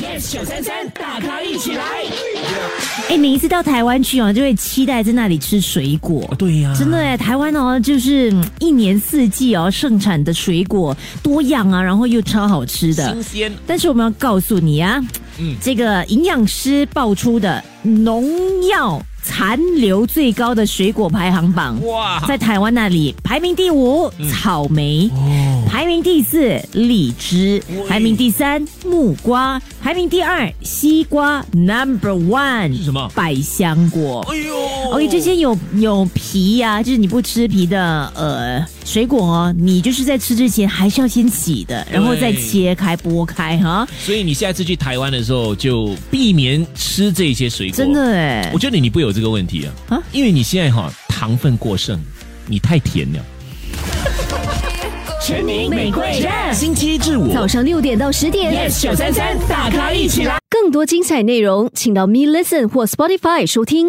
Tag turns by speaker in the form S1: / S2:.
S1: yes 九三三，大咖一起来。
S2: 哎、每一次到台湾去哦，就会期待在那里吃水果。
S3: 啊对呀、
S2: 真的哎，台湾哦，就是嗯一年四季哦盛产的水果多样啊，然后又超好吃的。
S3: 新鲜。
S2: 但是我们要告诉你啊，
S3: 嗯
S2: 这个营养师爆出的农药残留最高的水果排行榜，
S3: 哇
S2: 在台湾那里排名第五，
S3: 嗯
S2: 草莓。
S3: 哦
S2: 排名第四，荔枝；排名第三，木瓜；排名第二，西瓜。Number one
S3: 是什么
S2: 百香果。
S3: 哎呦
S1: 哦
S2: OK，这些有有皮呀、就是你不吃皮的呃水果哦，你就是在吃之前还是要先洗的，然后再切开剥开哈，
S3: 所以你下次去台湾的时候，就避免吃这些水果。
S2: 真的，哎
S3: 我，觉得你不会有这个问题啊，
S2: 啊
S3: 因为你现在哈、糖分过剩，你太甜了。
S1: 全民玫瑰
S3: 星期一至五
S4: 早上六点到十点
S1: yes 九三三，大咖一起来。
S4: 更多精彩内容，请到 Me Listen 或 Spotify 收听。